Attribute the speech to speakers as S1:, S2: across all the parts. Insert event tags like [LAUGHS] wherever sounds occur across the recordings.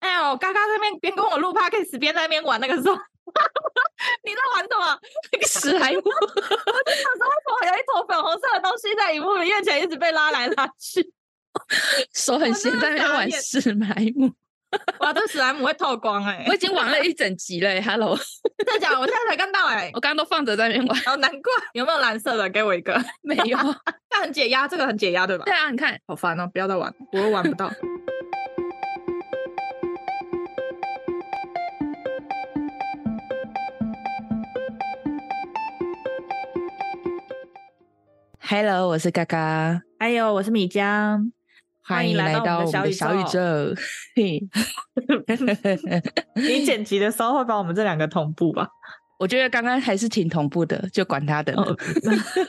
S1: 哎呦，嘎嘎那边边跟我录 podcast，边在那边玩那个时候， [LAUGHS] 你在玩什 [LAUGHS] 么？那个史莱姆，我就想说为什么有一坨粉红色的东西在荧幕面前一直被拉来拉去？
S2: 手很
S1: 我真
S2: 闲，
S1: 的
S2: 在那边
S1: 傻
S2: 玩
S1: 眼
S2: 史莱姆。
S1: 哇，这史莱姆会透光哎、
S2: 我已经玩了一整集了、欸、，Hello， [LAUGHS]
S1: 真的假的？我现在才看到哎、
S2: 我刚刚都放着在那边玩，
S1: [LAUGHS] 哦，难怪有没有蓝色的？给我一 [LAUGHS] 个，
S2: 没有。
S1: 但很解压，这个很解压，对吧？
S2: [LAUGHS] 对啊，你看，
S1: 好烦哦，不要再玩，我又玩不到。
S2: Hello，我是嘎嘎，
S1: [LAUGHS] 哎呦，我是米江，欢
S2: 欢
S1: 迎
S2: 迎
S1: 来
S2: 来
S1: 到
S2: 到
S1: 我
S2: 我
S1: 们
S2: 们
S1: 的
S2: 的
S1: 小
S2: 小
S1: 宇
S2: 宇宙。嘿
S1: [LAUGHS]
S2: [LAUGHS]
S1: 你剪辑的时候会把我们这两个同步吧？
S2: 我觉得刚刚还是挺同步的，就管他的了。
S1: 哦，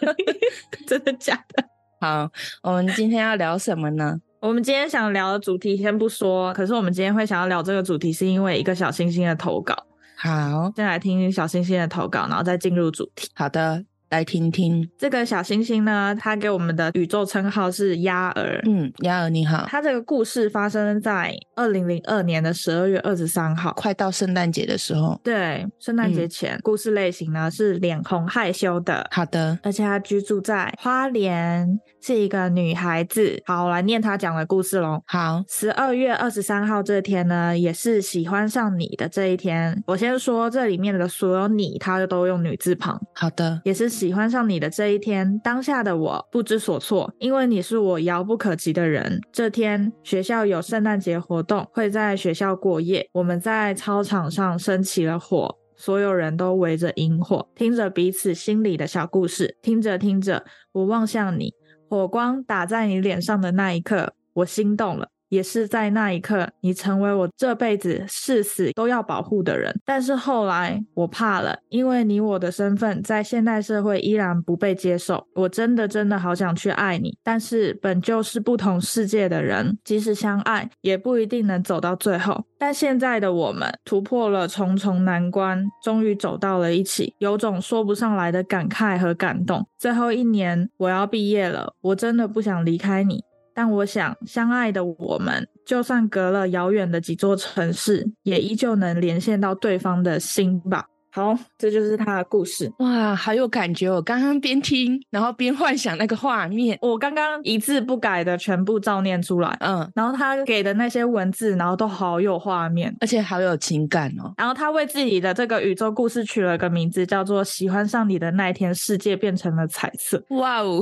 S1: [LAUGHS] 真的假的？
S2: 好，我们今天要聊什么呢？
S1: 我们今天想聊的主题先不说，可是我们今天会想要聊这个主题，是因为一个小星星的投稿。
S2: 好
S1: 先来听小星星的投稿，然后再进入主题。
S2: 好的，来听听。
S1: 这个小星星呢，他给我们的宇宙称号是鸭儿。
S2: 嗯，雅儿你好，
S1: 他这个故事发生在二零零二年的十二月二十三号，
S2: 快到圣诞节的时候。
S1: 对，圣诞节
S2: 嗯
S1: 前。故事类型呢是脸红害羞的，
S2: 好的，
S1: 而且她居住在花莲，是一个女孩子。好，我来念她讲的故事喽。
S2: 好，
S1: 十二月二十三号这天呢，也是喜欢上你的这一天。我先说这里面的所有你，它都用女字旁。
S2: 好的，
S1: 也是喜欢上你的这一天，当下的我不知所措，因为你是我遥不可及的人。这天学校有圣诞节活动，会在学校过夜，我们在操场上升起了火。所有人都围着萤火，听着彼此心里的小故事。听着听着，我望向你，火光打在你脸上的那一刻，我心动了。也是在那一刻，你成为我这辈子誓死都要保护的人。但是后来我怕了，因为你我的身份在现代社会依然不被接受。我真的真的好想去爱你，但是本就是不同世界的人，即使相爱，也不一定能走到最后。但现在的我们突破了重重难关，终于走到了一起，有种说不上来的感慨和感动。最后一年我要毕业了，我真的不想离开你，但我想，相爱的我们，就算隔了遥远的几座城市，也依旧能连线到对方的心吧。好，这就是他的故事。
S2: 哇，好有感觉哦！我刚刚边听，然后边幻想那个画面。
S1: 我刚刚一字不改的全部照念出来，
S2: 嗯，
S1: 然后他给的那些文字，然后都好有画面。
S2: 而且好有情感哦。
S1: 然后他为自己的这个宇宙故事取了个名字，叫做《喜欢上你的那一天，世界变成了彩色》。
S2: 哇 [LAUGHS] 哦，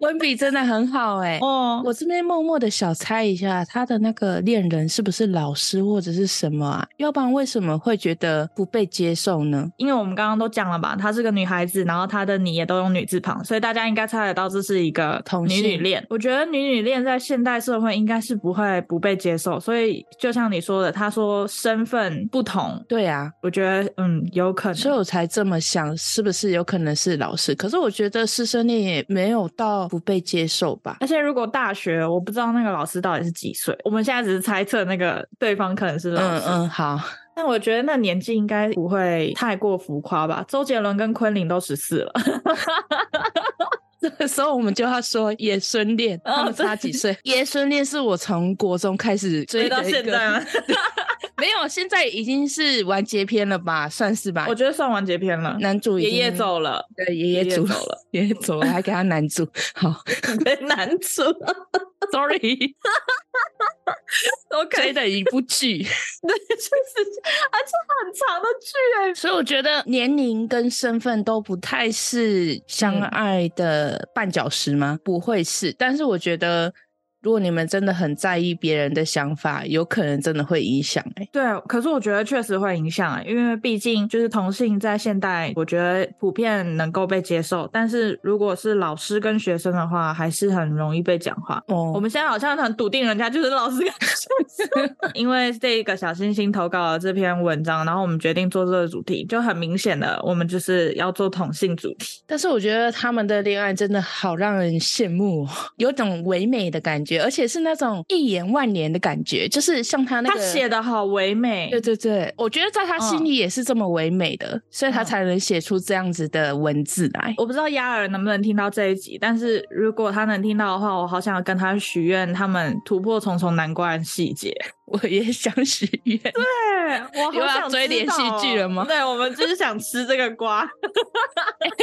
S2: 文笔真的很好哎、
S1: 哦，
S2: 我这边默默的小猜一下，他的那个恋人是不是老师或者是什么啊？要不然为什么会觉得不被接受呢？
S1: 因为我们刚刚都讲了吧，她是个女孩子，然后她的你也都用女字旁，所以大家应该猜得到这是一个
S2: 同
S1: 女女
S2: 性
S1: 恋。我觉得女女恋在现代社会应该是不会不被接受，所以就像你说的，她说身份不同，
S2: 对啊，
S1: 我觉得嗯有可能。
S2: 所以我才这么想，是不是有可能是老师？可是我觉得师生恋也没有到不被接受吧。 [LAUGHS]
S1: 而且如果大学，我不知道那个老师到底是几岁，我们现在只是猜测那个对方可能是老
S2: 嗯
S1: 师，
S2: 嗯，好， [LAUGHS]
S1: 但我觉得那年纪应该不会太过浮夸吧。周杰伦跟昆凌都十四了，
S2: 这个时候我们就要说爷孙恋，
S1: 哦
S2: 他们差几岁？爷孙恋是我从国中开始追
S1: 到
S2: 的一
S1: 现
S2: 个
S1: 在吗，
S2: [LAUGHS] 没有，现在已经是完结篇了吧？算是吧
S1: [LAUGHS] 我。觉得算完结篇了。
S2: 男主已
S1: 爷爷
S2: 经
S1: 走了， [LAUGHS]
S2: 对，爷
S1: 爷
S2: 爷
S1: 爷
S2: 走
S1: 走了，
S2: [LAUGHS] 爷爷走了，还给他男主。
S1: [LAUGHS]
S2: 好
S1: 对男主， [LAUGHS]
S2: ，sorry，
S1: 我
S2: 追的一部
S1: [LAUGHS]
S2: 剧，
S1: 对，就是，而且很长的剧哎、
S2: 所以我觉得年龄跟身份都不太是相
S1: 嗯
S2: 爱的绊脚石吗？不会是，但是我觉得。如果你们真的很在意别人的想法，有可能真的会影响、欸。
S1: 对，可是我觉得确实会影响、欸，因为毕竟就是同性在现代，我觉得普遍能够被接受，但是如果是老师跟学生的话，还是很容易被讲话。
S2: 哦
S1: 我们现在好像很笃定人家就是老师跟学生， [LAUGHS] 因为这个小星星投稿的这篇文章，然后我们决定做这个主题，就很明显的，我们就是要做同性主题。
S2: 但是我觉得他们的恋爱真的好让人羡慕、哦， [LAUGHS] 有种唯美的感觉，而且是那种一眼万年的感觉，就是像他那
S1: 他
S2: 个
S1: 写的好唯美，
S2: 对对对，我觉得在他心
S1: 嗯
S2: 里也是这么唯美的，所以他
S1: 嗯
S2: 才能写出这样子的文字来。 [LAUGHS]
S1: 我不知道鸭儿能不能听到这一集，但是如果他能听到的话，我好想跟他许愿，他们突破重重难关的细节。
S2: 我也想许愿。
S1: 对， [LAUGHS] 我
S2: 又
S1: 好
S2: 要
S1: 想
S2: 追
S1: 知
S2: 连续
S1: 道
S2: 剧
S1: 哦
S2: 了吗
S1: 对，我们就是想吃这个瓜。啊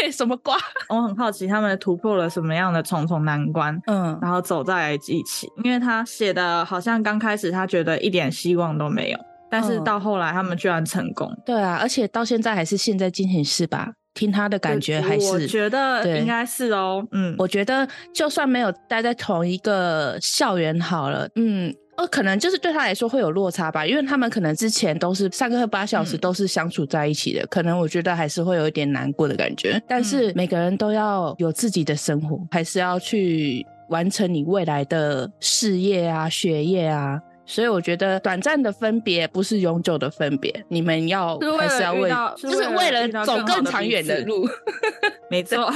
S2: 哎 [LAUGHS] 什么瓜？
S1: [LAUGHS] 我很好奇他们突破了什么样的重重难关，
S2: 嗯，
S1: 然后走在一起。因为他写的好像刚开始他觉得一点希望都没有，但是
S2: 嗯
S1: 到后来他们居然成功。
S2: 对啊，而且到现在还是现在进行式吧。听他的感觉
S1: 对
S2: 还
S1: 我
S2: 是，
S1: 觉得
S2: 对
S1: 应该是哦，嗯，
S2: 我觉得就算没有待在同一个校园好了，嗯，哦，可能就是对他来说会有落差吧，因为他们可能之前都是上课八小时
S1: 嗯
S2: 都是相处在一起的，可能我觉得还是会有一点难过的感觉。
S1: 嗯
S2: 但是每个人都要有自己的生活，还是要去完成你未来的事业啊、学业啊。所以我觉得短暂的分别不是永久的分别，你们要
S1: 是为
S2: 还是
S1: 了
S2: 要
S1: 遇
S2: 为
S1: 到，是
S2: 就是
S1: 为了
S2: 为
S1: 遇到
S2: 了走
S1: 更好
S2: 更
S1: 的
S2: 长
S1: 彼
S2: 远的
S1: 此
S2: 路。
S1: 没错，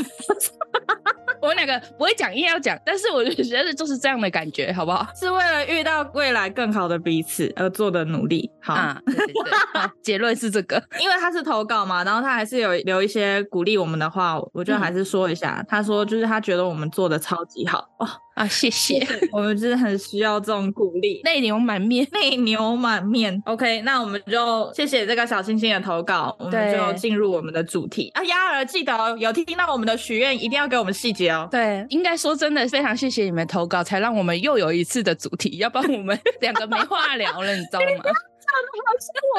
S2: 我们两个不会讲，硬要讲，但是我就觉得就是这样的感觉，好不好？
S1: [LAUGHS] 是为了遇到未来更好的彼此而做的努力。好，
S2: 啊，对对对， [LAUGHS] 好结论是这个。
S1: 因为他是投稿嘛，然后他还是有留一些鼓励我们的话，我觉得
S2: 嗯
S1: 还是说一下。他说就是他觉得我们做的超级好哦，
S2: 啊，谢谢，
S1: 我们就是很需要这种鼓励。
S2: 泪流满面。
S1: 内牛满面，OK，那我们就谢谢这个小星星的投稿，我们
S2: 对
S1: 就进入我们的主题啊。鸭儿记得哦有听到我们的许愿，一定要给我们细节哦。 [LAUGHS]
S2: 对，应该说真的，非常谢谢你们投稿，才让我们又有一次的主题，要不然我们两个没话聊了，你知
S1: [LAUGHS]
S2: 道吗？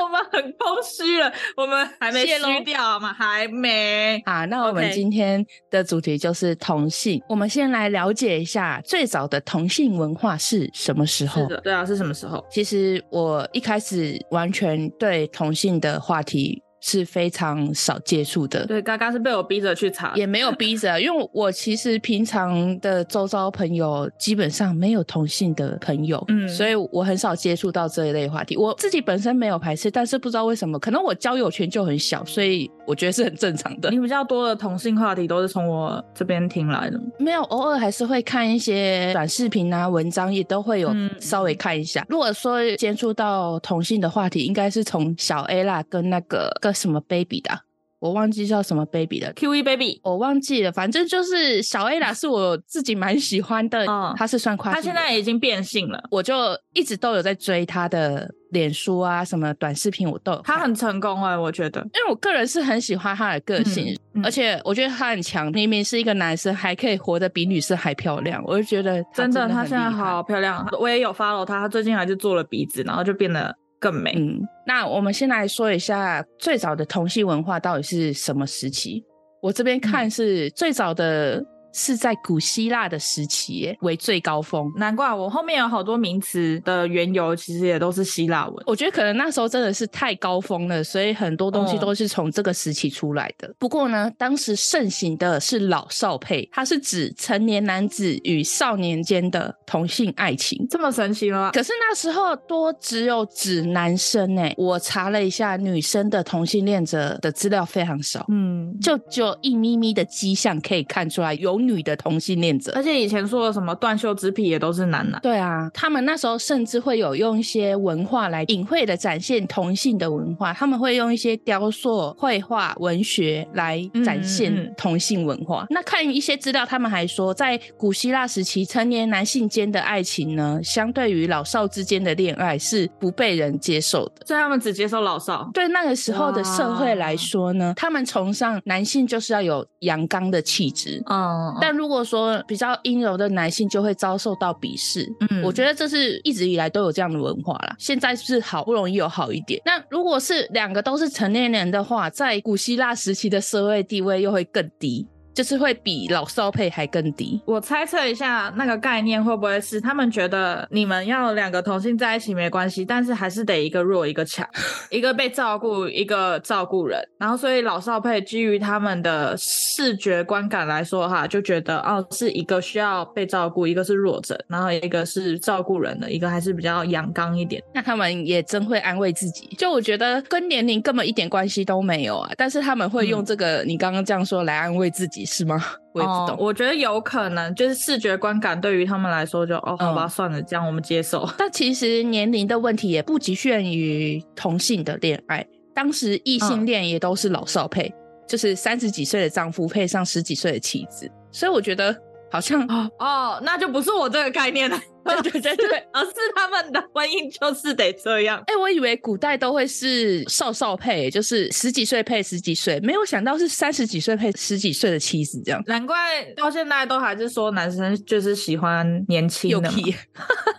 S1: 我们很空虚了，我们还没
S2: 谢咯
S1: 虚掉嘛，还没。
S2: 啊，那我们
S1: OK
S2: 今天的主题就是同性，我们先来了解一下最早的同性文化是什么时候
S1: 是。的，对啊，是什么时候？
S2: 其实我一开始完全对同性的话题是非常少接触的，
S1: 对，嘎嘎是被我逼着去查，
S2: 也没有逼着，啊因为我其实平常的周遭朋友基本上没有同性的朋友，
S1: 嗯
S2: 所以我很少接触到这一类话题。我自己本身没有排斥，但是不知道为什么，可能我交友圈就很小，所以我觉得是很正常的。
S1: 你比较多的同性话题都是从我这边听来的，
S2: 没有，偶尔还是会看一些短视频啊、文章，也都会有
S1: 嗯
S2: 稍微看一下。如果说接触到同性的话题，应该是从小 A 啦跟那个个什么 baby 的啊，我忘记叫什么 baby 了。
S1: Q E Baby，
S2: 我忘记了，反正就是小 A 啦，是我自己蛮喜欢的，
S1: 嗯
S2: 他是算跨
S1: 他
S2: 性
S1: 现
S2: 别
S1: 在已经变性了，
S2: 我就一直都有在追他的脸书啊，什么短视频我都有看，
S1: 他很成功哎、我觉得。
S2: 因为我个人是很喜欢他的个性，
S1: 嗯嗯
S2: 而且我觉得他很强，明明是一个男生，还可以活得比女生还漂亮，我就觉得他
S1: 真的，
S2: 的
S1: 她
S2: 很
S1: 现在
S2: 厉害
S1: 好。漂亮。啊我也有 follow 她，她最近还去做了鼻子，然后就变得更美。
S2: 嗯，那我们先来说一下最早的同性文化到底是什么时期？我这边
S1: 嗯
S2: 看是最早的是在古希腊的时期耶为最高峰，
S1: 难怪我后面有好多名词的缘由，其实也都是希腊文。
S2: 我觉得可能那时候真的是太高峰了，所以很多东西
S1: 嗯
S2: 都是从这个时期出来的。不过呢，当时盛行的是老少配，它是指成年男子与少年间的同性爱情。
S1: 这么神奇吗？
S2: 可是那时候多只有指男生哎、我查了一下，女生的同性恋者的资料非常少，
S1: 嗯，
S2: 就只有一咪咪的迹象可以看出来有女的同性恋者
S1: 而。且以前说的什么断袖之癖也都是男男。
S2: 对啊，他们那时候甚至会有用一些文化来隐晦的展现同性的文化，他们会用一些雕塑、绘画、文学来展
S1: 嗯嗯
S2: 现
S1: 嗯
S2: 同性文化。那看一些资料，他们还说，在古希腊时期，成年男性间的爱情呢，相对于老少之间的恋爱是不被人接受的。
S1: 所以他们只接受老少。
S2: 对那个时候的社会来
S1: 哇
S2: 说呢，他们崇尚男性就是要有阳刚的气质，
S1: 嗯，
S2: 但如果说比较阴柔的男性就会遭受到鄙视。
S1: 嗯
S2: 我觉得这是一直以来都有这样的文化啦，现在是好不容易有好一点。那如果是两个都是成年人的话，在古希腊时期的社会地位又会更低，就是会比老少配还更低。
S1: 我猜测一下，那个概念会不会是他们觉得你们要两个同性在一起没关系，但是还是得一个弱一个 [LAUGHS] 强，一个被照顾，一个照顾人。然后，所以老少配基于他们的视觉观感来说，哈，就觉得哦，是一个需要被照顾，一个是弱者，然后一个是照顾人的，一个还是比较阳刚一点。
S2: 那他们也真会安慰自己，就我觉得跟年龄根本一点关系都没有啊。但是他们会用
S1: 嗯
S2: 这个、你刚刚这样说来安慰自己是吗？我也不
S1: 哦
S2: 懂。
S1: 我觉得有可能就是视觉观感对于他们来说就，哦，好吧，
S2: 嗯
S1: 算了，这样我们接受。
S2: 但其实年龄的问题也不局限于同性的恋爱，当时异性恋也都是老少配，就是三十几岁的丈夫配上十几岁的妻子，所以我觉得好像
S1: 哦，那就不是我这个概念了。
S2: 对对对对。
S1: 而是他们的婚姻就是得这样。
S2: 哎、我以为古代都会是少少配，就是十几岁配十几岁，没有想到是三十几岁配十几岁的妻子这样。
S1: 难怪到现在都还是说男生就是喜欢年轻
S2: 又
S1: 的嘛，
S2: 屁，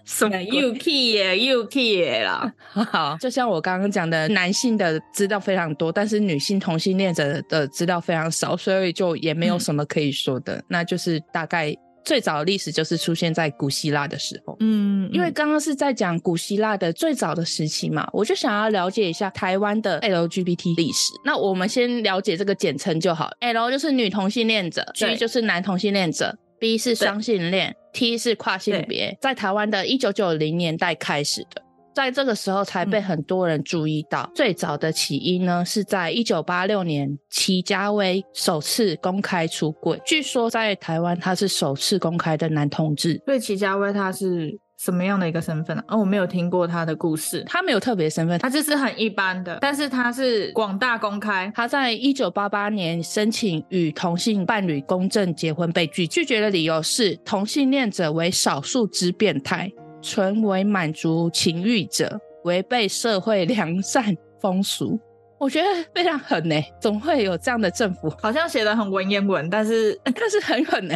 S2: 什么又
S1: 又 key 耶，又 key 耶啦。
S2: 好？就像我刚刚讲的，男性的资料非常多，但是女性同性恋者的资料非常少，所以就也没有
S1: 嗯
S2: 什么可以说的。那就是大概最早的历史就是出现在古希腊的时候。
S1: 嗯
S2: 因为刚刚是在讲古希腊的最早的时期嘛，我就想要了解一下台湾的 LGBT 历史。那我们先了解这个简称就好，L 就是女同性恋者，G
S1: 对
S2: 就是男同性恋者，B 是双性恋，T 是跨性别。在台湾的一九九零年代开始的。在这个时候才被
S1: 嗯
S2: 很多人注意到。最早的起因呢，是在一九八六年，齐家威首次公开出柜。据说在台湾他是首次公开的男同志，
S1: 所以齐家威他是什么样的一个身份啊？哦，我没有听过他的故事，
S2: 他没有特别身份，
S1: 他就是很一般的，但是他是广大公开。
S2: 他在一九八八年申请与同性伴侣公证结婚被拒，拒绝的理由是同性恋者为少数之变态，纯为满足情欲者，违背社会良善风俗。我觉得非常狠呢、总会有这样的政府， [LAUGHS]
S1: 好像写的很文言文，但是 [LAUGHS]
S2: 但是很狠欸呢、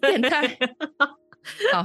S2: 变态好，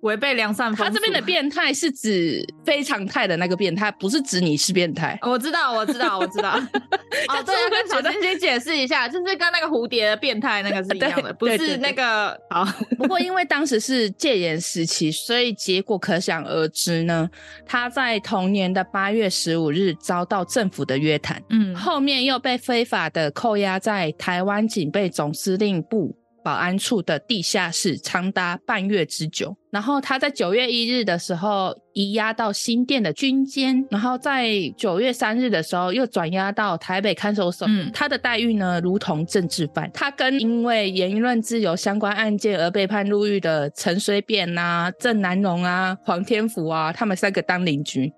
S1: 违背良善风
S2: 他
S1: 俗。
S2: 这边的变态是指非常态的那个变态，不是指你是变态。
S1: 哦，我知道，我知道，我知
S2: [LAUGHS]
S1: 道。哦，对，要跟小星星解释一下，就是跟那个蝴蝶的变态那个是一样的，
S2: 对
S1: 不
S2: 对对
S1: 是
S2: 对
S1: 那个好。
S2: [LAUGHS] 不过因为当时是戒严时期，所以结果可想而知呢。他在同年的八月十五日遭到政府的约谈，
S1: 嗯
S2: 后面又被非法的扣押在台湾警备总司令部保安处的地下室，长达半月之久。然后他在九月一日的时候移押到新店的军监，然后在九月三日的时候又转押到台北看守所。
S1: 嗯
S2: 他的待遇呢，如同政治犯。他跟因为言论自由相关案件而被判入狱的陈水扁啊、郑南荣啊、黄天福啊，他们三个当邻居。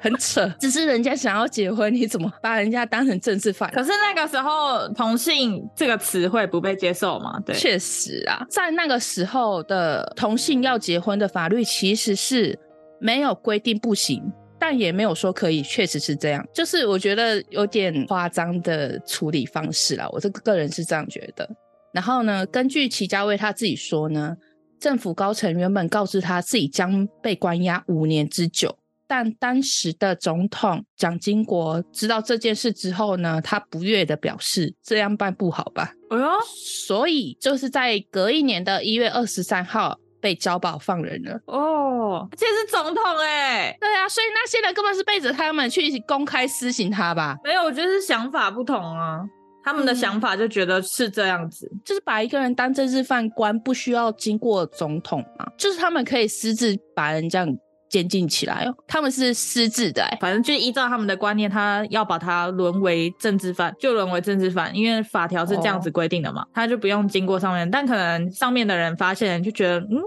S2: 很扯。只是人家想要结婚，你怎么把人家当成政治犯？
S1: 可是那个时候同性这个词汇不被接受嘛？对，
S2: 确实啊，在那个时候的同性要结婚的法律其实是没有规定不行。但也没有说可以，确实是这样，就是我觉得有点夸张的处理方式啦，我这个个人是这样觉得。然后呢，根据齐家威他自己说呢，政府高层原本告知他自己将被关押五年之久，但当时的总统蒋经国知道这件事之后呢，他不悦的表示这样办不好吧，
S1: 哎呦，
S2: 所以就是在隔一年的一月二十三号被交保放人了。
S1: 哦，这是总统哎、
S2: 对啊，所以那些人根本是背着他们去公开私刑他吧，
S1: 没有，我觉得是想法不同啊。他们的
S2: 嗯
S1: 想法就觉得是这样子，
S2: 就是把一个人当政治犯关，不需要经过总统嘛，就是他们可以私自把人这样监禁起来哦，他们是私自的、欸，
S1: 反正就依照他们的观念，他要把他沦为政治犯，就沦为政治犯，因为法条是这样子规定的嘛，他就不用经过上面。但可能上面的人发现，就觉得嗯，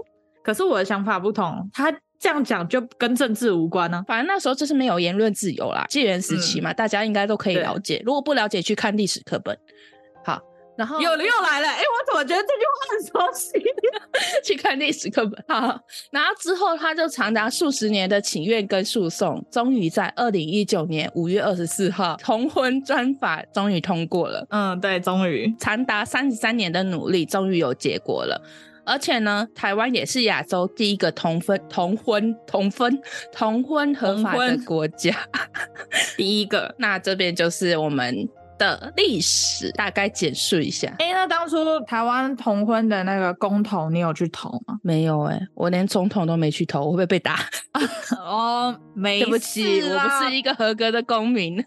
S1: 可是我的想法不同，他这样讲就跟政治无关啊呢、
S2: 反正那时候就是没有言论自由啦，戒严时期嘛，大家应该都可以
S1: 对
S2: 了解。如果不了解，去看历史课本。好，然后
S1: 啊。又又来了，哎、我怎么觉得这句话很熟悉？
S2: [LAUGHS] 去看历史课本。好，然后之后他就长达数十年的请愿跟诉讼，终于在二零一九年五月二十四号，同婚专法终于通过了。
S1: 嗯，对，终于，
S2: 长达三十三年的努力，终于有结果了。而且呢，台湾也是亚洲第一个同婚、同婚、同婚、同婚合法
S1: 同
S2: 的
S1: 婚
S2: 国家。 [LAUGHS]
S1: 第一个。
S2: 那这边就是我们的历史，大概简述一下。
S1: [LAUGHS] 哎、那当初台湾同婚的那个公投，你有去投吗？
S2: 没有哎、我连总统都没去投，我会不会被打？
S1: 哦，没
S2: 对不起，
S1: 事
S2: 我不
S1: 啦
S2: 是一个合格的公民。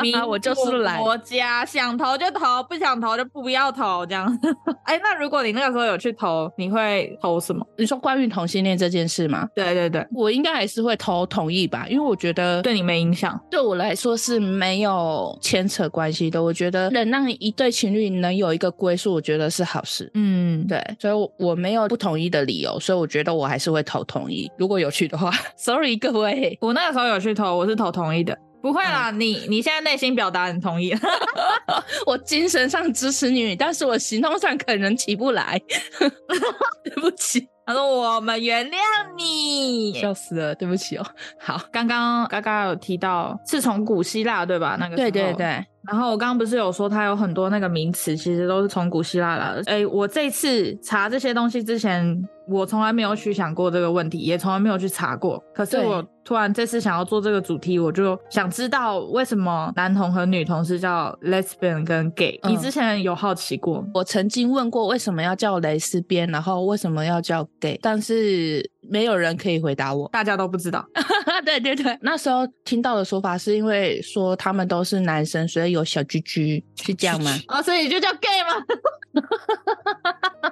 S1: 民
S2: [LAUGHS] 我就是
S1: 主
S2: 懒
S1: 国家想投就投，不想投就不要投，这样。 [LAUGHS] 哎、那如果你那个时候有去投，你会投什么？
S2: 你说关于同性恋这件事吗？
S1: 对对对，
S2: 我应该还是会投同意吧，因为我觉得
S1: 对你没影响。
S2: 对我来说是没有牵扯关系的。我觉得能让一对情侣能有一个归宿，我觉得是好事。
S1: 嗯，
S2: 对，所以我我没有不同意的理由，所以我觉得我还是会投同意。如果有去的话 [LAUGHS] ，sorry 各位。
S1: 我那个时候有去投，我是投同意的。不会啦，你你现在内心表达很同意， [LAUGHS]
S2: 我精 [LAUGHS] 神上支持你，但是我行动上可能起不来，对不起。
S1: 他说我们原谅你。
S2: 笑死了，对不起哦。好，
S1: 刚刚刚刚有提到是从古希腊对吧？那个时
S2: 对对
S1: 候
S2: 对，
S1: 然后我刚刚不是有说它有很多那个名词，其实都是从古希腊来的。哎，我这次查这些东西之前，我从来没有去想过这个问题，也从来没有去查过。可是
S2: 对
S1: 我突然这次想要做这个主题，我就想知道为什么男同和女同是叫 lesbian 跟 gay、
S2: 嗯
S1: 你之前有好奇过？
S2: 我曾经问过为什么要叫蕾丝边，然后为什么要叫 gay，但是没有人可以回答我。 [LAUGHS]
S1: 大家都不知道，
S2: 对对对，那时候听到的说法是因为说他们都是男生，所以有小居居，是这样吗？
S1: [LAUGHS] 哦，所以就叫 gay 吗？
S2: [LAUGHS]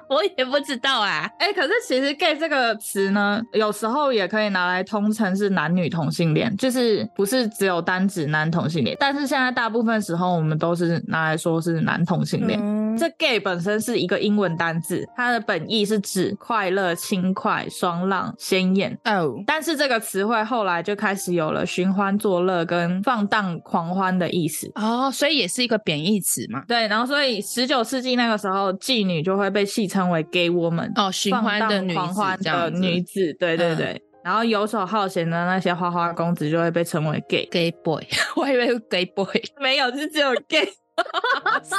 S2: 我也不知道啊。
S1: 哎、可是其实 “gay” 这个词呢，有时候也可以拿来通称是男女同性恋，就是不是只有单指男同性恋。但是现在大部分时候，我们都是拿来说是男同性恋。
S2: 嗯，
S1: 这 “gay” 本身是一个英文单字，它的本意是指快乐、轻快、爽朗、鲜艳。
S2: 哦，
S1: 但是这个词汇后来就开始有了寻欢作乐跟放荡狂欢的意思。
S2: 哦，所以也是一个贬义词嘛。
S1: 对，然后所以十九世纪那个时候，妓女就会被戏称为 “gay woman”。
S2: 哦，寻
S1: 放
S2: 欢的
S1: 荡
S2: 女
S1: 狂
S2: 子
S1: 欢
S2: 这样
S1: 的
S2: 子
S1: 女子，对对
S2: 嗯
S1: 对。然后游手好闲的那些花花公子就会被称为 gay，
S2: gay boy，我 [LAUGHS] 还以为是 gay boy。
S1: 没有，是只有 gay。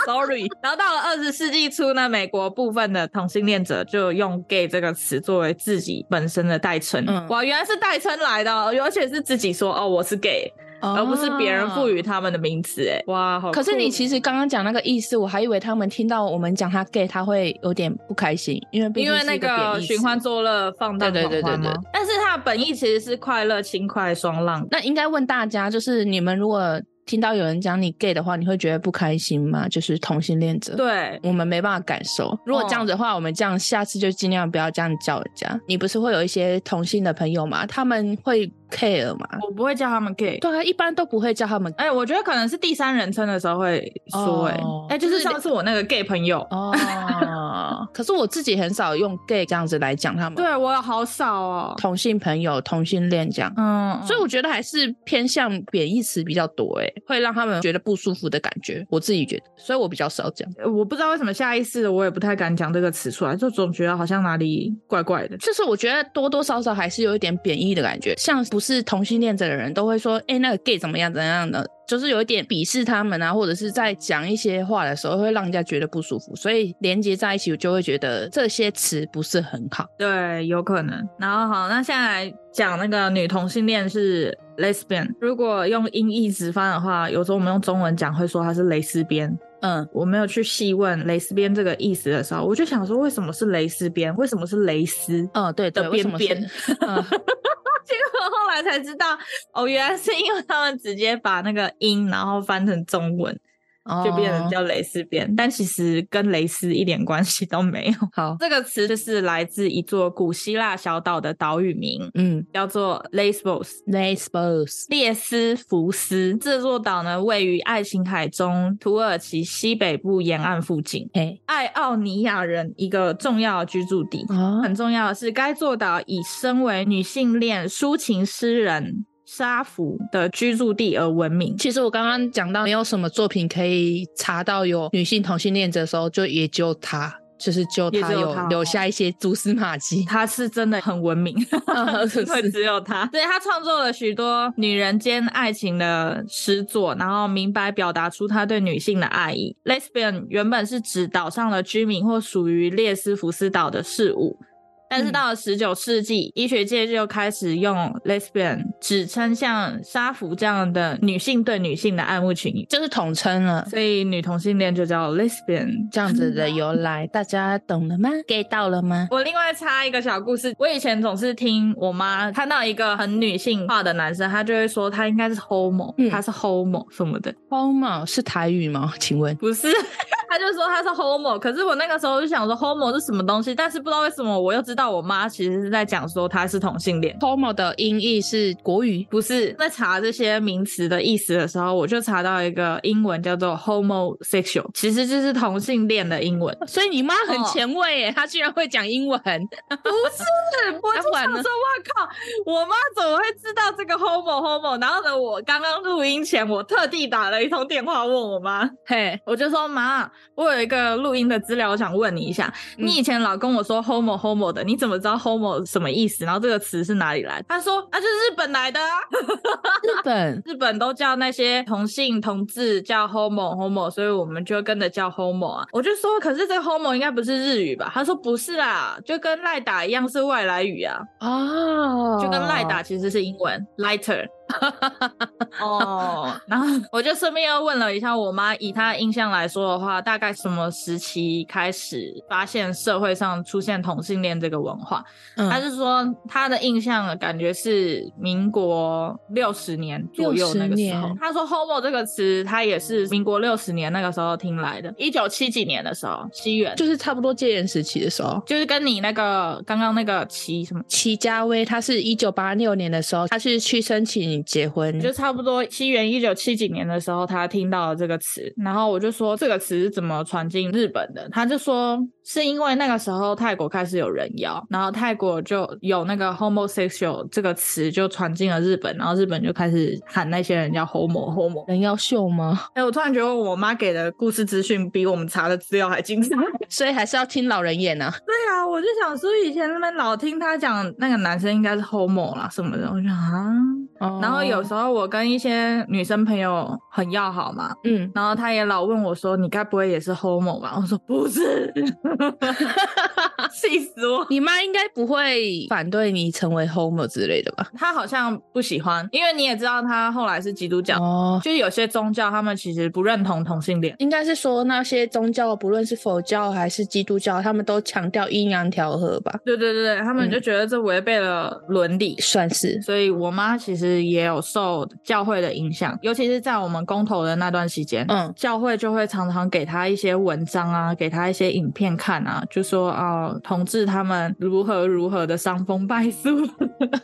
S1: Sorry。然后到了二十世纪初呢，美国部分的同性恋者就用 gay 这个词作为自己本身的代称。
S2: 嗯
S1: 哇，原来是代称来的、哦，而且是自己说哦我是 gay，、而不是别人赋予他们的名词。哎，哇，好酷。
S2: 可是你其实刚刚讲那个意思，我还以为他们听到我们讲他 gay，他会有点不开心，因为毕
S1: 因
S2: 竟
S1: 为
S2: 是
S1: 那
S2: 一贬义词
S1: 循环，作乐放荡
S2: 对对对
S1: 狂欢
S2: 对对
S1: 吗但是它的本意其实是快乐、轻快、爽朗
S2: 那应该问大家，就是你们如果听到有人讲你 gay 的话，你会觉得不开心吗？就是同性恋者。。
S1: 对，
S2: 我们没办法感受。如果这样子的话，我们这样下次就尽量不要这样叫人家。你不是会有一些同性的朋友吗？他们会 care 吗？
S1: 我不会叫他们 gay。
S2: 对啊，一般都不会叫他们
S1: 哎、我觉得可能是第三人称的时候会说、哎、
S2: 哦
S1: 哎，就是
S2: 就是嗯
S1: 上次我那个 gay 朋友，
S2: 哦。 [LAUGHS] 可是我自己很少用 gay 这样子来讲他们。
S1: 对我有好少哦，
S2: 同性朋友、同性恋这样。
S1: 嗯，
S2: 所以我觉得还是偏向贬义词比较多、欸，会让他们觉得不舒服的感觉。我自己觉得，所以我比较少讲。
S1: 我我不知道为什么下意识的我也不太敢讲这个词出来，就总觉得好像哪里怪怪的。
S2: 就是我觉得多多少少还是有一点贬义的感觉，像不是同性恋者的人都会说，哎、那个 gay 怎么样怎么样的，就是有一点鄙视他们啊，或者是在讲一些话的时候会让人家觉得不舒服，所以连接在一起，我就会觉得这些词不是很好。
S1: 对，有可能。然后好，那现在来讲那个女同性恋是 lesbian，如果用音译直翻的话，有时候我们用中文讲会说它是蕾丝边。
S2: 嗯，
S1: 我没有去细问蕾丝边这个意思的时候，我就想说，为什么是蕾丝边？为什么是蕾丝？
S2: 哦，对对，
S1: 的
S2: 为什么是
S1: 边
S2: 嗯
S1: 结果后来才知道，哦，原来是因为他们直接把那个音，然后翻成中文， [LAUGHS] 就变成
S2: 哦
S1: 叫蕾丝边，但其实跟蕾丝一点关系都没有。
S2: 好，
S1: 这个词就是来自一座古希腊小岛的岛屿名，
S2: 嗯
S1: 叫做 Lesbos。
S2: ，Lesbos，
S1: 列斯福斯这座岛呢，位于爱琴海中土耳其西北部沿岸附近，
S2: 哎、
S1: 爱奥尼亚人一个重要的居住地。
S2: 啊
S1: 很重要的是，该座岛以身为女性恋抒情诗人沙弗的居住地而闻名。
S2: 其实我刚刚讲到，没有什么作品可以查到有女性同性恋者的时候，就也就他，就是就
S1: 也
S2: 他
S1: 只有
S2: 有
S1: 他。
S2: 留下一些蛛丝马迹
S1: 她是真的很文明，
S2: [LAUGHS] 是
S1: 因为只有她。对她创作了许多女人间爱情的诗作，然后明白表达出她对女性的爱意。Lesbian 原本是指岛上的居民或属于列斯福斯岛的事物。但是
S2: 嗯
S1: 到了十九世纪，医学界就开始用 lesbian 指称像沙弗这样的女性对女性的爱慕情
S2: 就是统称了
S1: 所以女同性恋就叫 lesbian。
S2: 这样子 [LAUGHS] 的由来，大家懂了吗？get 到了吗？
S1: 我另外插一个小故事，我以前总是听我妈看到一个很女性化的男生，她就会说他应该是 homo，、
S2: 嗯
S1: 他是 homo 什么的，
S2: homo 是台语吗？请问
S1: 不是。 [LAUGHS] 她就说他是 homo，可是我那个时候就想说 homo 是什么东西，但是不知道为什么我又知道我妈其实是在讲说他是同性恋，
S2: homo 的音译是国语
S1: 不是。在查这些名词的意思的时候，我就查到一个英文叫做 homosexual，其实就是同性恋的英文。
S2: 所以你妈很
S1: 哦
S2: 前卫耶，她居然会讲英文。
S1: 不是，
S2: [LAUGHS]
S1: 我
S2: 啊
S1: 就
S2: 不然
S1: 想
S2: 呢
S1: 说，哇靠，我妈怎么会知道这个 homo homo？然后呢，我刚刚录音前，我特地打了一通电话问我妈，
S2: 嘿，
S1: 我就说妈，我有一个录音的资料，我想问你一下，
S2: 嗯
S1: 你以前老跟我说 homo homo 的，你怎么知道 homo 什么意思？然后这个词是哪里来？他说啊，就是日本来的啊。 [LAUGHS]
S2: 日本
S1: 日本都叫那些同性同志叫 homo homo，所以我们就跟着叫 homo 啊。我就说，可是这个 homo 应该不是日语吧？他说不是啦，就跟赖打一样是外来语啊，
S2: 哦，
S1: 就跟赖打其实是英文 lighter。哦，
S2: 嗯
S1: 然后我就顺便又问了一下我妈，以她的印象来说的话，大概什么时期开始发现社会上出现同性恋这个文化？
S2: 嗯，
S1: 他是说他的印象啊感觉是民国六十年左右那个时
S2: 60
S1: 候
S2: 年。
S1: 他说 “homo” 这个词，他也是民国六十年那个时候听来的，一九七几年的时候，西元就
S2: 就是差不多戒严时期的时候。
S1: 就是跟你那个刚刚那个齐什么。
S2: 齐家威他是一九八六年的时候，他是去申请结婚，
S1: 就差不多西元一九七几年的时候，他听到了这个词，然后我就说这个词是怎么传进日本的？他就说是因为那个时候泰国开始有人妖，然后泰国就有那个 homosexual 这个词就传进了日本，然后日本就开始喊那些人叫 homo homo。
S2: 人要秀吗？
S1: 哎、我突然觉得我妈给的故事资讯比我们查的资料还精彩。 [LAUGHS]
S2: 所以还是要听老人演啊。
S1: 对啊，我就想说以前那边老听他讲那个男生应该是 homo 啦什么的，我就想啊。
S2: 哦
S1: 然后有时
S2: 候，
S1: 候我跟一些女生朋友很要好嘛，
S2: 嗯，
S1: 然后他也老问我说：“你该不会也是 homo 吧？”我说：“不是。” [LAUGHS] 气死我！
S2: 你妈应该不会反对你成为 homo 之类的吧？
S1: 他好像不喜欢，因为你也知道他后来是基督教，
S2: 哦，
S1: 就是有些宗教他们其实不认同同性恋。
S2: 应该是说那些宗教，不论是佛教还是基督教，他们都强调阴阳调和吧，
S1: 对对对，对他们
S2: 嗯
S1: 就觉得这违背了伦理。
S2: 算是。
S1: 所以我妈其实也有受教会的影响，尤其是在我们公投的那段时间，
S2: 嗯，
S1: 教会就会常常给她一些文章啊，给她一些影片看啊，就说啊、同志他们如何如何的伤风败俗。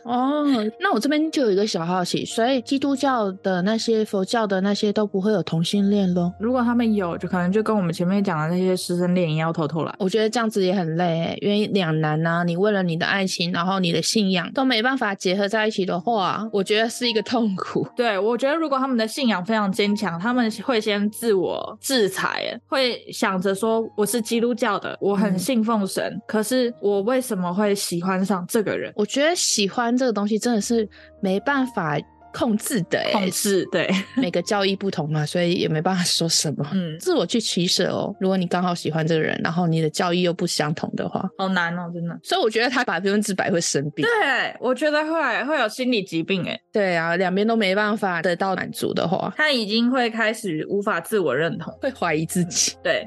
S2: 哦，那我这边就有一个小好奇，所以基督教的那些、佛教的那些都不会有同性恋咯？
S1: 如果他们有，就可能就跟我们前面讲的那些师生恋一样，要偷偷来。
S2: 我觉得这样子也很累欸，因为两难啊，你为了你的爱情，然后你的信仰都没办法结合在一起的话，我觉得是一个痛苦。
S1: 对，我觉得如果他们的信仰非常坚强，他们会先自我制裁，哎会想着说我是基督教的，我很
S2: 嗯
S1: 信奉神，可是我为什么会喜欢上这个人？
S2: 我觉得喜欢这个东西真的是没办法控制的、欸，
S1: 控制对，
S2: 每个教义不同嘛，所以也没办法说什么。
S1: 嗯，
S2: 自我去取舍哦。如果你刚好喜欢这个人，然后你的教义又不相同的话，
S1: [LAUGHS] 好难哦，真的。
S2: 所以我觉得他百分之百会生病。
S1: 对，我觉得会会有心理疾病，哎，
S2: 对啊，两边都没办法得到满足的话，
S1: 他已经会开始无法自我认同，
S2: 会怀疑自己。
S1: 对，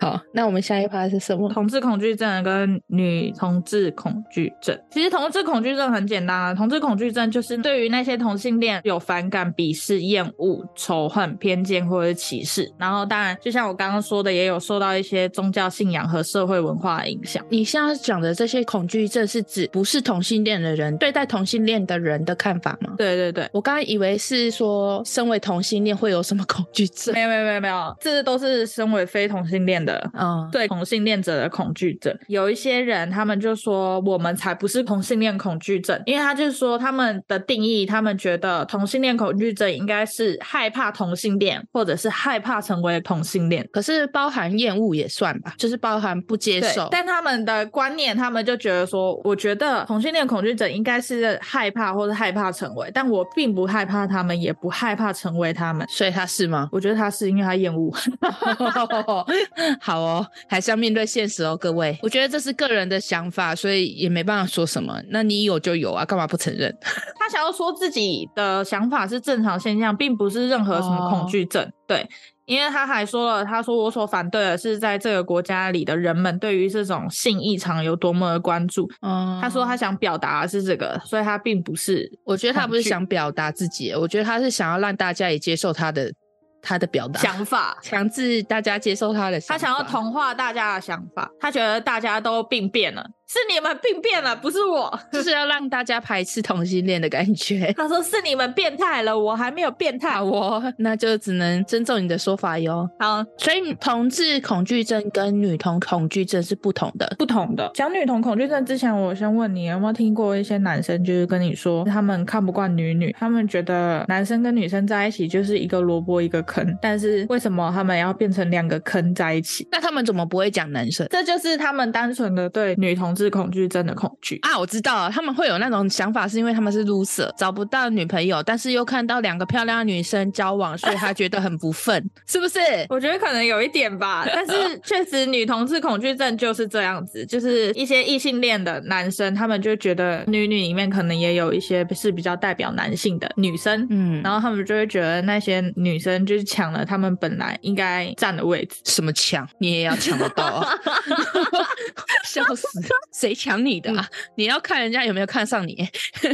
S2: 好，那我们下一趴是什么？
S1: 同志恐惧症跟女同志恐惧症，其实同志恐惧症很简单啊，同志恐惧症就是对于那些同性恋有反感、鄙视、厌恶、仇恨、偏见或者是歧视。然后当然，就像我刚刚说的，也有受到一些宗教信仰和社会文化的影响。
S2: 你现在讲的这些恐惧症是指不是同性恋的人对待同性恋的人的看法吗？
S1: 对对对。
S2: 我刚才以为是说，身为同性恋会有什么恐惧症
S1: 没？有没有没有没有，这都是身为非同性恋的
S2: [LAUGHS] 嗯，
S1: 对同性恋者的恐惧症。有一些人他们就说我们才不是同性恋恐惧症，因为他就是说他们的定义，他们觉得同性恋恐惧症应该是害怕同性恋，或者是害怕成为同性恋。
S2: 可是包含厌恶也算吧，就是包含不接
S1: 对
S2: 受，。
S1: 但他们的观念，他们就觉得说，我觉得同性恋恐惧症应该是害怕或者害怕成为，但我并不害怕他们，也不害怕成为他们。
S2: 所以他是吗
S1: [LAUGHS]？
S2: [LAUGHS]
S1: 我觉得他是因为他厌恶。
S2: 好哦，还是要面对现实哦，各位。我觉得这是个人的想法，所以也没办法说什么。那你有就有啊，干嘛不承
S1: [LAUGHS]
S2: 认？
S1: 他想要说自己的想法是正常现象，并不是任何什么恐惧症。对，因为他还说了，他说我所反对的是在这个国家里的人们对于这种性异常有多么的关注。
S2: 嗯
S1: 他说他想表达的是这个，所以他并不
S2: [LAUGHS]
S1: 是
S2: 我觉得他不是
S1: 恐惧
S2: 想表达自己，我觉得他是想要让大家也接受他的他的表达，
S1: 想法。
S2: 强制大家接受他的
S1: 他
S2: 法 [LAUGHS]
S1: 想要同化大家的想法，他觉得大家都病变了，是你们病变了，不是我。
S2: 就是要让大家排斥同性恋的感觉。
S1: 他说是你们变态了，我还没有变态
S2: 好。哦， [LAUGHS] 那就只能尊重你的说法哟。
S1: 好，
S2: 所以同志恐惧症跟女同恐惧症是不同的。
S1: 不同的讲女同恐惧症之前，我先问你有没有听过一些男生就是跟你说他们看不惯女女，他们觉得男生跟女生在一起就是一个萝卜一个坑，但是为什么他们要变成两个坑在一起？
S2: 那他们怎么不会讲男生？
S1: 这就是他们单纯的对女同志恐惧症的恐惧。
S2: 啊，我知道了，他们会有那种想法，是因为他们是 loser，找不到女朋友，但是又看到两个漂亮的女生交往，所以他觉得很不 [LAUGHS] 忿，是不是？
S1: 我觉得可能有一点吧，但是确实女同志恐惧症就是这样子，就是一些异性恋的男生，他们就觉得女女里面可能也有一些是比较代表男性的女生，
S2: 嗯，
S1: 然后他们就会觉得那些女生就是抢了他们本来应该占的位置。 [LAUGHS]
S2: 什么抢，你也要抢得到啊！, [LAUGHS] 笑死，谁抢你的啊？
S1: 嗯
S2: 你要看人家有没有看上你。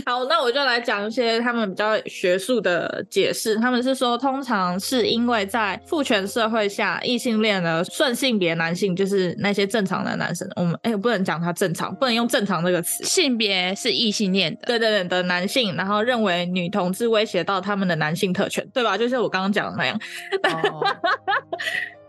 S1: 好，那我就来讲一些他们比较学术的解释。他们是说，通常是因为在父权社会下，异性恋的顺性别男性，就是那些正常的男生，我们哎、我不能讲他正常，不能用正常这个词。
S2: 性别是异性恋的，
S1: 对对对的男性，然后认为女同志威胁到他们的男性特权，对吧？就是我刚刚讲的那样。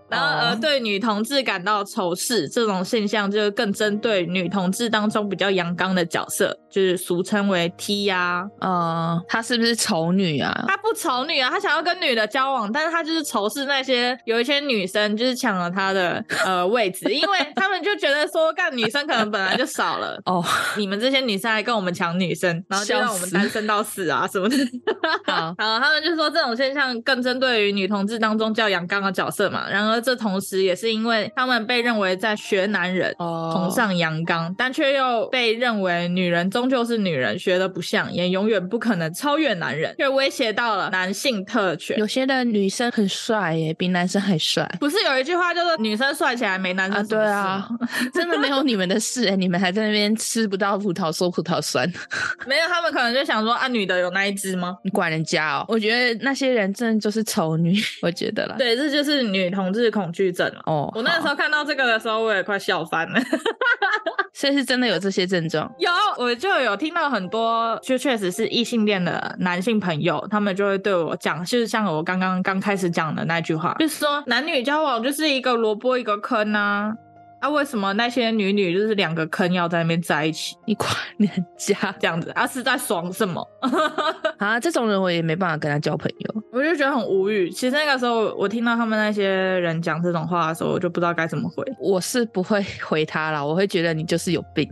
S1: 然后呃，
S2: 哦
S1: 对女同志感到仇视这种现象，就是更针对女同志当中比较阳刚的角色，就是俗称为 T 呀、
S2: [LAUGHS] 呃，她是不是丑女啊？
S1: 他不丑女啊，他想要跟女的交往，但是他就是仇视那些有一些女生就是抢了他的呃位置，因为
S2: [LAUGHS]
S1: 他们就觉得说，干女生可能本来就少了，
S2: 哦，
S1: 你们这些女生还跟我们抢女生，然后就让我们
S2: 笑死
S1: 单身到死啊什么的。 [LAUGHS]
S2: 好，
S1: 好，他们就说这种现象更针对于女同志当中较阳刚的角色嘛。然而，这同时也是因为他们被认为在学男人。
S2: 哦，
S1: 崇尚阳刚，但却又被认为女人终究是女人，学的不像，也永远不可能超越男人，却威胁到了男性特权
S2: 有。些的女生很帅耶，比男生还帅
S1: 不是有一句话叫做“女生帅起来没男
S2: 啊！
S1: 啊生什
S2: 对
S1: 么事
S2: 啊
S1: 吗，
S2: 真的没有你们的事哎，你们还在那边吃不到葡萄说葡萄酸，
S1: 没有，他们可能就想说啊，女的有那一只吗？
S2: 你管人家哦？我觉得那些人真的就是丑女， [LAUGHS] 我觉得啦。，
S1: 对，这就是女同志恐惧症嘛。
S2: 哦，
S1: 我那时
S2: 好
S1: 候看到这个的时候，我也快笑翻了。
S2: 所以是真的有这些症状
S1: 有，我就有听到很多，就确实是异性恋的男性朋友，他们就会对我讲，就是像我刚刚刚开始讲的那句话，就是说男女交往就是一个萝卜一个坑啊。啊，为什么那些女女就是两个坑要在那边在一起
S2: 你管人家
S1: 这样子？啊，是在爽什么？
S2: [LAUGHS] 啊？这种人我也没办法跟他交朋友。
S1: 我就觉得很无语。其实那个时候，我听到他们那些人讲这种话的时候，我就不知道该怎么回。
S2: 我是不会 [LAUGHS] 回他啦，我会觉得你就是有病。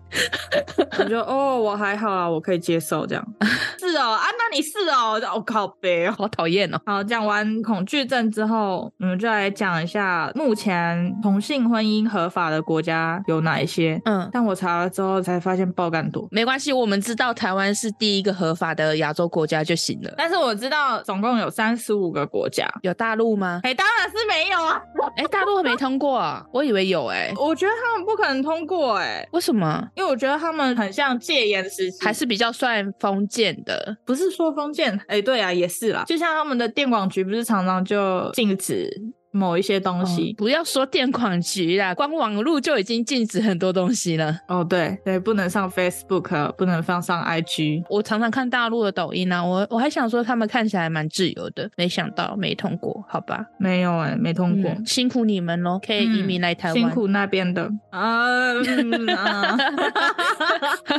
S1: 我就哦，我还好啊，我可以接受这样。 [LAUGHS] 是哦，啊，那你是哦，我就哦靠北哦。
S2: 好讨厌哦！
S1: 好，讲完恐惧症之后，我们就来讲一下目前同性婚姻合法的国家有哪一些。
S2: 嗯，
S1: 但我查了之后才发现爆干多，
S2: 没关系，我们知道台湾是第一个合法的亚洲国家就行了。
S1: 但是我知道总共有三十五个国家。
S2: 有大陆吗？
S1: 哎、当然是没有啊！
S2: 哎、大陆还没通过啊，我以为有哎、
S1: 我觉得他们不可能通过哎、
S2: 为什么？
S1: 因为我觉得他们很像戒严时期，
S2: 还是比较算封建的
S1: 不是说封建？哎、对啊，也是啦。就像他们的电广局不是常常就禁止某一些东
S2: 东西、
S1: 西？
S2: 不要说电管局啦，光网路就已经禁止很多东西了。
S1: 哦，对对，不能上 Facebook，不能放上 IG，
S2: 我常常看大陆的抖音啊，我我还想说他们看起来蛮自由的，没想到没通过，好吧？
S1: 没有哎、没通过。嗯
S2: 嗯辛苦你们喽，可以移民来台湾。
S1: 辛苦那边的啊，嗯啊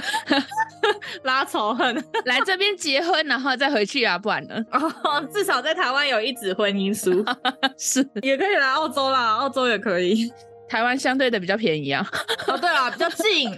S1: [LAUGHS] 拉仇恨
S2: [LAUGHS] 来这边结婚，然后再回去啊，不然呢？ [LAUGHS]
S1: 哦，至少在台湾有一纸婚姻 [LAUGHS] 书，
S2: 是
S1: 也可以来澳洲啦，澳洲也可以。
S2: 台湾相对的比较便宜啊。
S1: 哦，对啦，比较 [LAUGHS] 近，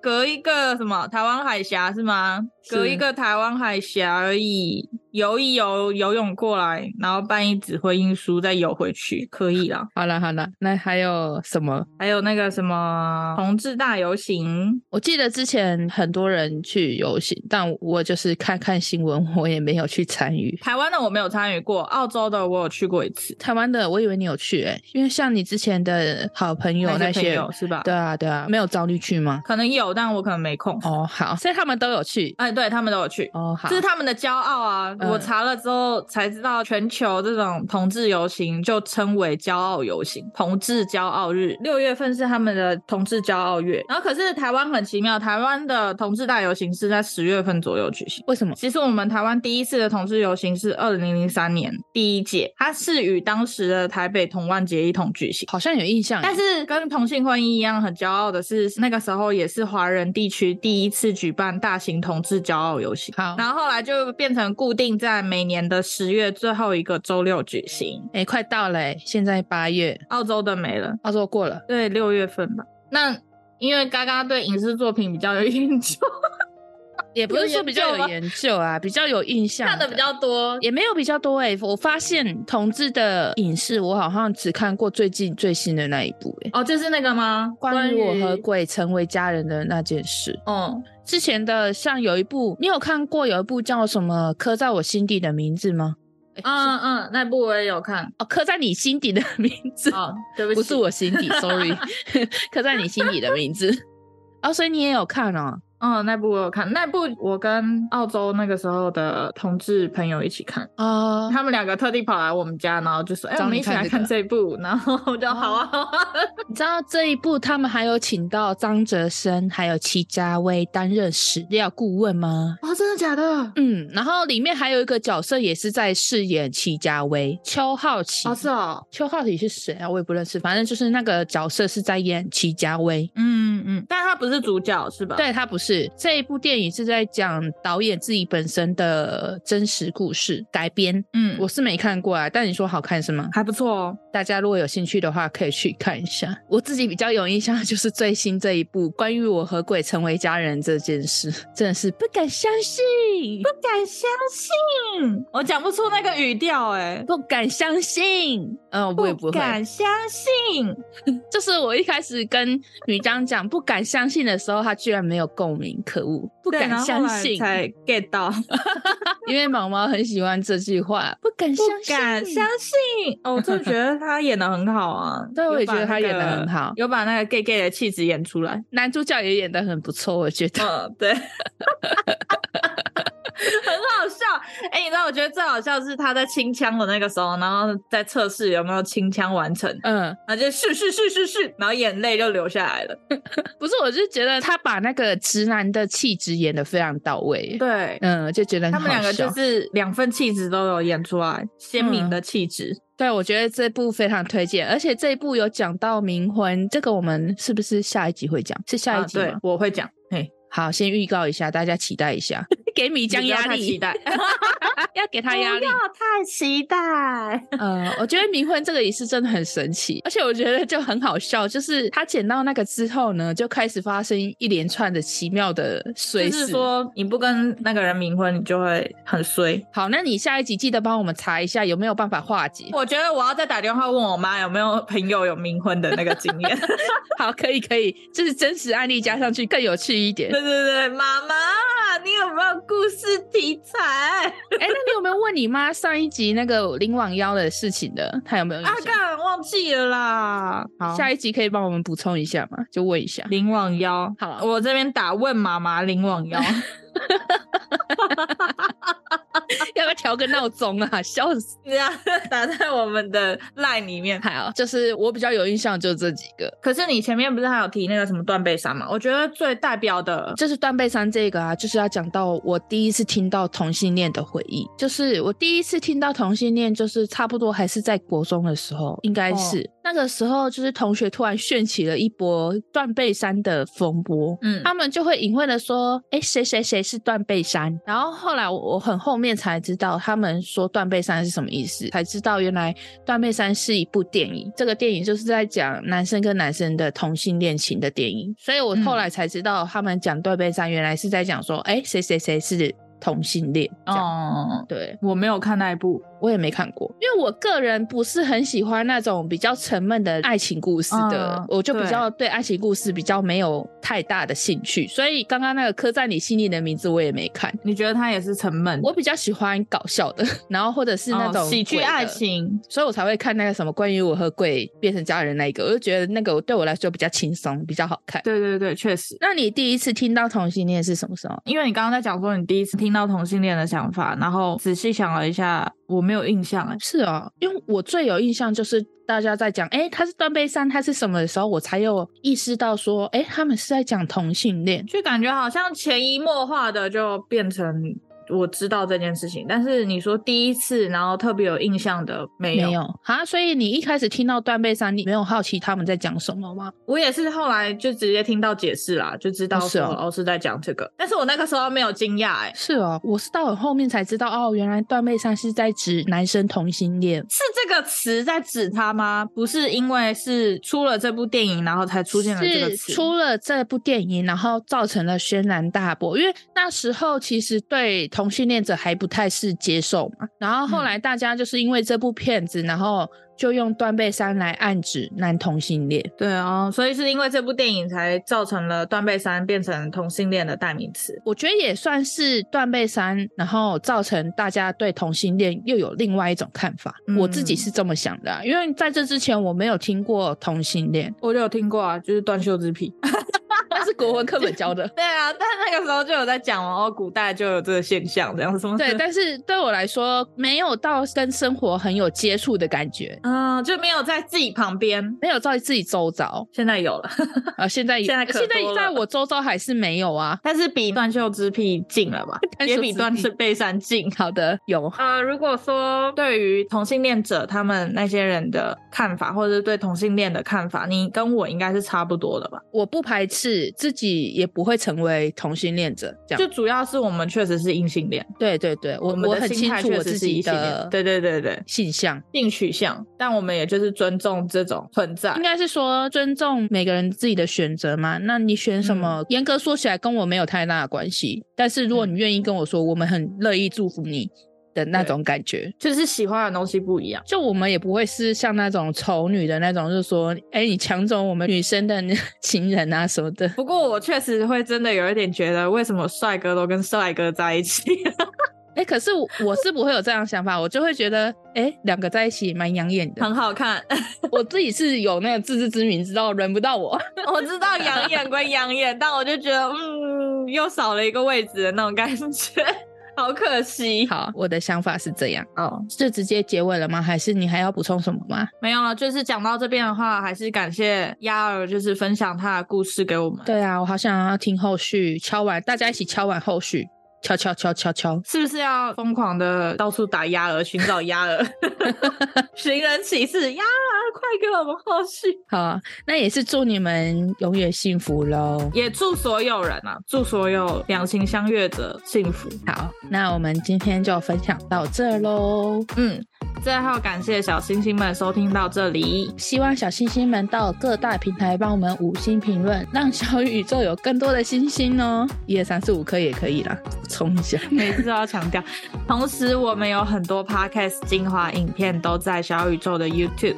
S1: 隔一个什么台湾海峡是吗？
S2: 是
S1: 隔一个台湾海峡而已，游一游，游泳过来，然后办一纸婚姻书，再游回去，可以啦。
S2: 好了好了，那还有什么？
S1: 还有那个什么同志大游行，
S2: 我记得之前很多人去游行，但我就是看看新闻， [LAUGHS] 我也没有去参与。
S1: 台湾的我没有参与过，澳洲的我有去过一次。
S2: 台湾的，我以为你有去诶、因为像你之前的好朋友那
S1: 些
S2: 些，
S1: 朋友是吧？
S2: 对，啊对啊，没有招你去吗？
S1: 可能有，但我可能没空。
S2: 哦，好，所以他们都有去。
S1: 哎，对他们都有去，
S2: 哦，好嗯
S1: 这，是他们的骄傲啊！我查了之后才知道，全球这种同志游行就称为骄傲游行，同志骄傲日。六月份是他们的同志骄傲月，然后可是台湾很奇妙，台湾的同志大游行是在十月份左右举行。
S2: 为什么？
S1: 其实我们台湾第一次的同志游行是二零零三年第一届，它是与当时的台北同万节一同举行。
S2: 好像有印象耶，
S1: 但是啊跟同性婚姻一样，很骄傲的是，那个时候也是华人地区第一次举办大型同志骄傲游行。
S2: 好，
S1: 然后后来就变成固定在每年的十月最后一个周六举行。
S2: 哎、快到了耶，现在八月，
S1: 澳洲的没了，
S2: 澳洲过了，
S1: 对，六月份吧。那因为嘎嘎对影视作品比较有研究，
S2: 也不是说
S1: 有研究
S2: 比较有
S1: 吗
S2: 研究啊，比较有印象，
S1: 看的比较多，
S2: 也没有比较多哎、我发现同志的影视，我好像只看过最近最新的那一部哎、
S1: 哦，就是那个吗？
S2: 关于我和鬼成为家人的那件事，
S1: 嗯，
S2: 之前的像有一部，你有看过有一部叫什么《刻在我心底的名字》吗？诶
S1: 嗯嗯，那部我也有看。
S2: 哦，刻在你心底的名字，
S1: [LAUGHS] 哦，对不起，
S2: 不是，我心底
S1: [LAUGHS]
S2: ，sorry，刻在你心底的名字。哦，所以你也有看哦。
S1: 嗯，那部我有看，那部我跟澳洲那个时候的同志朋友一起看，
S2: 哦，
S1: 他们两个特地跑来我们家，然后就说：“哎、
S2: 找
S1: 我们
S2: 你
S1: 一起
S2: 看
S1: 来
S2: 这
S1: 看
S2: 个
S1: 这部。”然后我就
S2: 哦
S1: 好啊，好啊。
S2: 你知道这一部他们还有请到张哲生还有戚家威担任史料顾问吗？
S1: [LAUGHS] 哦，真的假的？
S2: 嗯，然后里面还有一个角色也是在饰演戚家威，邱浩奇。
S1: 哦，是哦，
S2: 邱浩奇是谁啊？我也不认识，反正就是那个角色是在演戚家威。
S1: 嗯嗯，但他不是主角是吧？，
S2: 对他不是这一部电影是在讲导演自己本身的真实故事改编，
S1: 嗯，
S2: 我是没看过啊，但你说好看是吗？
S1: 还不错哦。
S2: 大家如果有兴趣的话，可以去看一下。我自己比较有印象的 [LAUGHS] 就是最新这一部关于我和鬼成为家人这件事，真的是不敢相信，
S1: 不敢相信，我讲不出那个语调哎、
S2: 不敢相信。嗯、我也不会，
S1: 敢相信。
S2: 就是我一开始跟女张讲不敢相信的时候，她居然没有共鸣，可恶，
S1: 不
S2: 不敢相信。 [LAUGHS]
S1: 才 get 到，
S2: 因为毛毛很喜欢这句话，不敢
S1: 不
S2: 相信，
S1: 敢相信。哦，我真的觉得他演的很好啊
S2: [LAUGHS] ，对我也
S1: 有把
S2: 觉得他
S1: 那
S2: 演得
S1: 个
S2: 很好
S1: 有把那个 gay gay 的气质演出来。
S2: 男主角也演得很不错，我觉得。
S1: 嗯， [LAUGHS] 对，很好笑。哎、你知道，我觉得最好笑是他在清腔的那个时候，然后在测试有没有清腔完成，
S2: 嗯，
S1: 然后就咻咻咻咻咻，然后眼泪就流下来了。
S2: 不是，我就觉得他把那个直男的气质演得非常到位。，
S1: 对，
S2: 嗯，就觉得很
S1: 他们
S2: 好
S1: 两个就
S2: 笑
S1: 是两份气质都有演出来，鲜明的气质。
S2: 对，我觉得这部非常推荐，而且这一部有讲到冥婚，这个我们是不是下一集会讲？是下一
S1: 啊，
S2: 集吗？
S1: 对，我会讲。嘿，
S2: 好，先预告一下，大家期待一下， [LAUGHS] 给米浆
S1: 你不要
S2: 压
S1: 太期
S2: 力，
S1: 待，
S2: [LAUGHS] 要给他压力。
S1: 哎太期待。
S2: 呃，我觉得冥婚这个仪式真的很神奇，而且我觉得就很好笑，就是他捡到那个之后呢，就开始发生一连串的奇妙的
S1: 就
S2: 随
S1: 是
S2: 事。
S1: 说，你不跟那个人冥婚，你就会很衰。
S2: 好，那你下一集记得帮我们查一下有没有办法化解。
S1: 我觉得我要再打电话问我妈有没有朋友有冥婚的那个经验。
S2: 好，可以可以，就是真实案例加上去更有趣一点。
S1: 对对对，妈妈，你有没有故事题 [LAUGHS] 材？
S2: [LAUGHS] 哎、那你有没有问你妈上一集那个林网妖的事情的？她有没有印
S1: 啊，
S2: 象？
S1: 干忘记了啦。好，
S2: 下一集可以帮我们补充一下吗？就问
S1: [LAUGHS]
S2: 一下。
S1: 林网妖。
S2: 好啊
S1: 我这边打问妈妈林网 [LAUGHS] 妖。
S2: [LAUGHS] 要不要调个闹钟啊？ [LAUGHS] 笑死！
S1: 这样打在我们的 line 里面。
S2: 好，就是我比较有印象就这几个，
S1: [LAUGHS] 可是你前面不是还有提那个什么断背山吗？我觉得最代表的，
S2: 就是断背山这个啊，就是要讲到我第一次听到同性恋的回忆，就是我第一次听到同性恋，就是差不多还是在国中的时候，应该是、那个时候，就是同学突然掀起了一波断背山的风波，
S1: 嗯
S2: 他们就会隐晦的说，哎，谁谁谁是断背山。然后后来我我很后面才知道，他们说断背山是什么意思，才知道原来断背山是一部电影，这个电影就是在讲男生跟男生的同性恋情的电影。所以我后来才知道，他们讲断背山原来是在讲说，哎，谁谁谁是同性恋。这样
S1: 哦，
S2: 对，
S1: 我没有看那一部，
S2: 我也没看过，因为我个人不是很喜欢那种比较沉闷的爱情故事的，
S1: 嗯
S2: 我就比
S1: 对
S2: 较对爱情故事比较没有太大的兴趣，所以刚刚那个刻在你心里的名字我也没看。
S1: 你觉得它也是沉闷？
S2: 我比较喜欢搞笑的， [LAUGHS] 然后或者是那
S1: 哦
S2: 种、
S1: 喜剧爱，情，
S2: 所以我才会看那个什么关于我和鬼变成家人那一个，我就觉得那个对我来说比较轻松，比较好看。
S1: 对对对，确实。
S2: 那你第一次听到同性恋是什么时候？
S1: 因为你刚刚在讲说你第一次听到同性恋的想法，然后仔细想了一下，我没有印象哎。
S2: 是哦，因为我最有印象就是大家在讲，哎，他是断背山，他是什么的时候，我才有意识到说，哎，他们是在讲同性恋。
S1: 就感觉好像潜移默化的就变成我知道这件事情，但是你说第一次，然后特别有印象的没有。
S2: 没有啊，所以你一开始听到断背山，你没有好奇他们在讲什么吗？
S1: 我也是后来就直接听到解释啦，就知道
S2: 哦是
S1: 说
S2: 哦
S1: 哦是在讲这个，但是我那个时候没有惊讶、哎，
S2: 是哦，我是到很后面才知道，哦，原来断背山是在指男生同性恋。
S1: 是这个词在指他吗？不是因为是出了这部电影，然后才出现了这个
S2: 是
S1: 词。
S2: 出了这部电影，然后造成了轩然大波，因为那时候其实对同性恋者还不太是接受嘛。然后后来
S1: 嗯
S2: 大家就是因为这部片子，然后就用断背山来暗指男同性恋。
S1: 对哦，所以是因为这部电影才造成了断背山变成同性恋的代名词。
S2: 我觉得也算是断背山，然后造成大家对同性恋又有另外一种看法。
S1: 嗯
S2: 我自己是这么想的啊、因为在这之前我没有听过同
S1: [LAUGHS]
S2: 性恋，
S1: 我就有听过啊，就是断袖之癖。
S2: 那是国文课本教的。
S1: [LAUGHS] 对啊，但那个时候就有在讲哦，古代就有这个现象，这样什么 [LAUGHS]
S2: 对，但是对我来说，没有到跟生活很有接触的感觉，
S1: 嗯，就没有在自己旁边。
S2: 没有在自己周遭
S1: 现在有了，
S2: 啊、现在也
S1: 现在可
S2: 现在
S1: 多了
S2: 在我周遭还是没有啊。
S1: [LAUGHS] 但是比断袖之癖近了吧？
S2: 断
S1: 也
S2: 袖之癖
S1: 比断背山近。
S2: 好的，有
S1: [LAUGHS] 呃，如果说对于同性恋者他们那些人的看法，或者是对同性恋的看法，你跟我应该是差不多的吧？
S2: 我不排斥自己，也不会成为同性恋者，这
S1: 就
S2: 样
S1: 主要是我们确实是异性恋，
S2: 对对对，我
S1: 们的
S2: 很
S1: 心
S2: 清
S1: 态
S2: 楚我
S1: 确实
S2: 自
S1: 是异
S2: 己
S1: 性恋
S2: 的。
S1: 对对对对，
S2: 性向，
S1: 性取向，但我们也就是尊重这种存在
S2: 应。该是说尊重每个人自己的选择嘛。那你选什
S1: 嗯
S2: 么，严格说起来跟我没有太大的关系。但是如果你愿意跟我说，我们很乐意祝福你的那
S1: 对
S2: 种感觉。
S1: 就是喜欢的东西不一样，
S2: 就我们也不会是像那种丑女的那种，就是说，哎、你抢走我们女生的 [LAUGHS] 情人啊什么的。
S1: 不过我确实会真的有一点觉得，为什么帅哥都跟帅哥在一
S2: [LAUGHS]
S1: 起？
S2: 哎、可是我我是不会有这样的想法，我就会觉得，哎、两个在一起蛮养眼 [LAUGHS] 的。
S1: 很好看。 [LAUGHS]
S2: 我自己是有那个自知之明，知道轮不到我。
S1: 我知道养眼归养眼，但我就觉得，嗯，又少了一个位置的那种感觉，好可惜。
S2: 好，我的想法是这样，
S1: 哦，
S2: 就直接结尾了吗？还是你还要补充什么吗？
S1: 没有了。就是讲到这边的话，还是感谢鸭儿，就是分享他的故事给我们。
S2: 对啊，我好想要听后续，敲完大家一起敲完后续，敲敲敲敲敲。
S1: 是不是要疯狂的到处打鸭儿，寻找鸭儿， [LAUGHS] 寻人启事？鸭儿，快给我们后续！
S2: 好啊，那也是祝你们永远幸福喽。
S1: 也祝所有人啊，祝所有两情相悦者幸福。
S2: 好，那我们今天就分享到这喽。
S1: 嗯，最后感谢小星星们收听到这里， [LAUGHS]
S2: 希望小星星们到各大平台帮我们五星评论，让小宇宙有更多的星星哦。一二三四五颗也可以啦，冲一下。
S1: 每次都要强调。同时，我们有很多 podcast 精华影片都在小宇宙的 YouTube，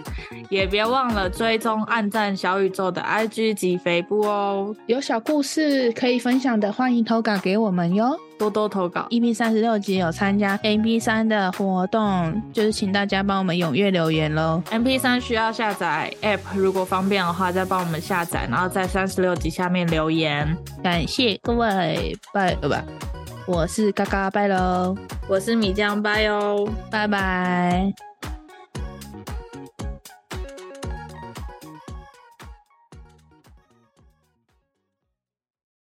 S1: 也别忘了追踪、按赞小宇宙的 IG 及肥布哦，
S2: 有小故事可以分享的，欢迎投稿给我们哟。
S1: 多多投稿。
S2: EP 三十六集有参加 MP 三的活动，就是请大家帮我们踊跃留言喽。
S1: MP 3需要下载 App，如果方便的话，再帮我们下载，然后在三十六集下面留言。
S2: 感谢各位，拜呃不，我是嘎嘎拜喽，
S1: 我是米酱拜哦。
S2: 拜拜。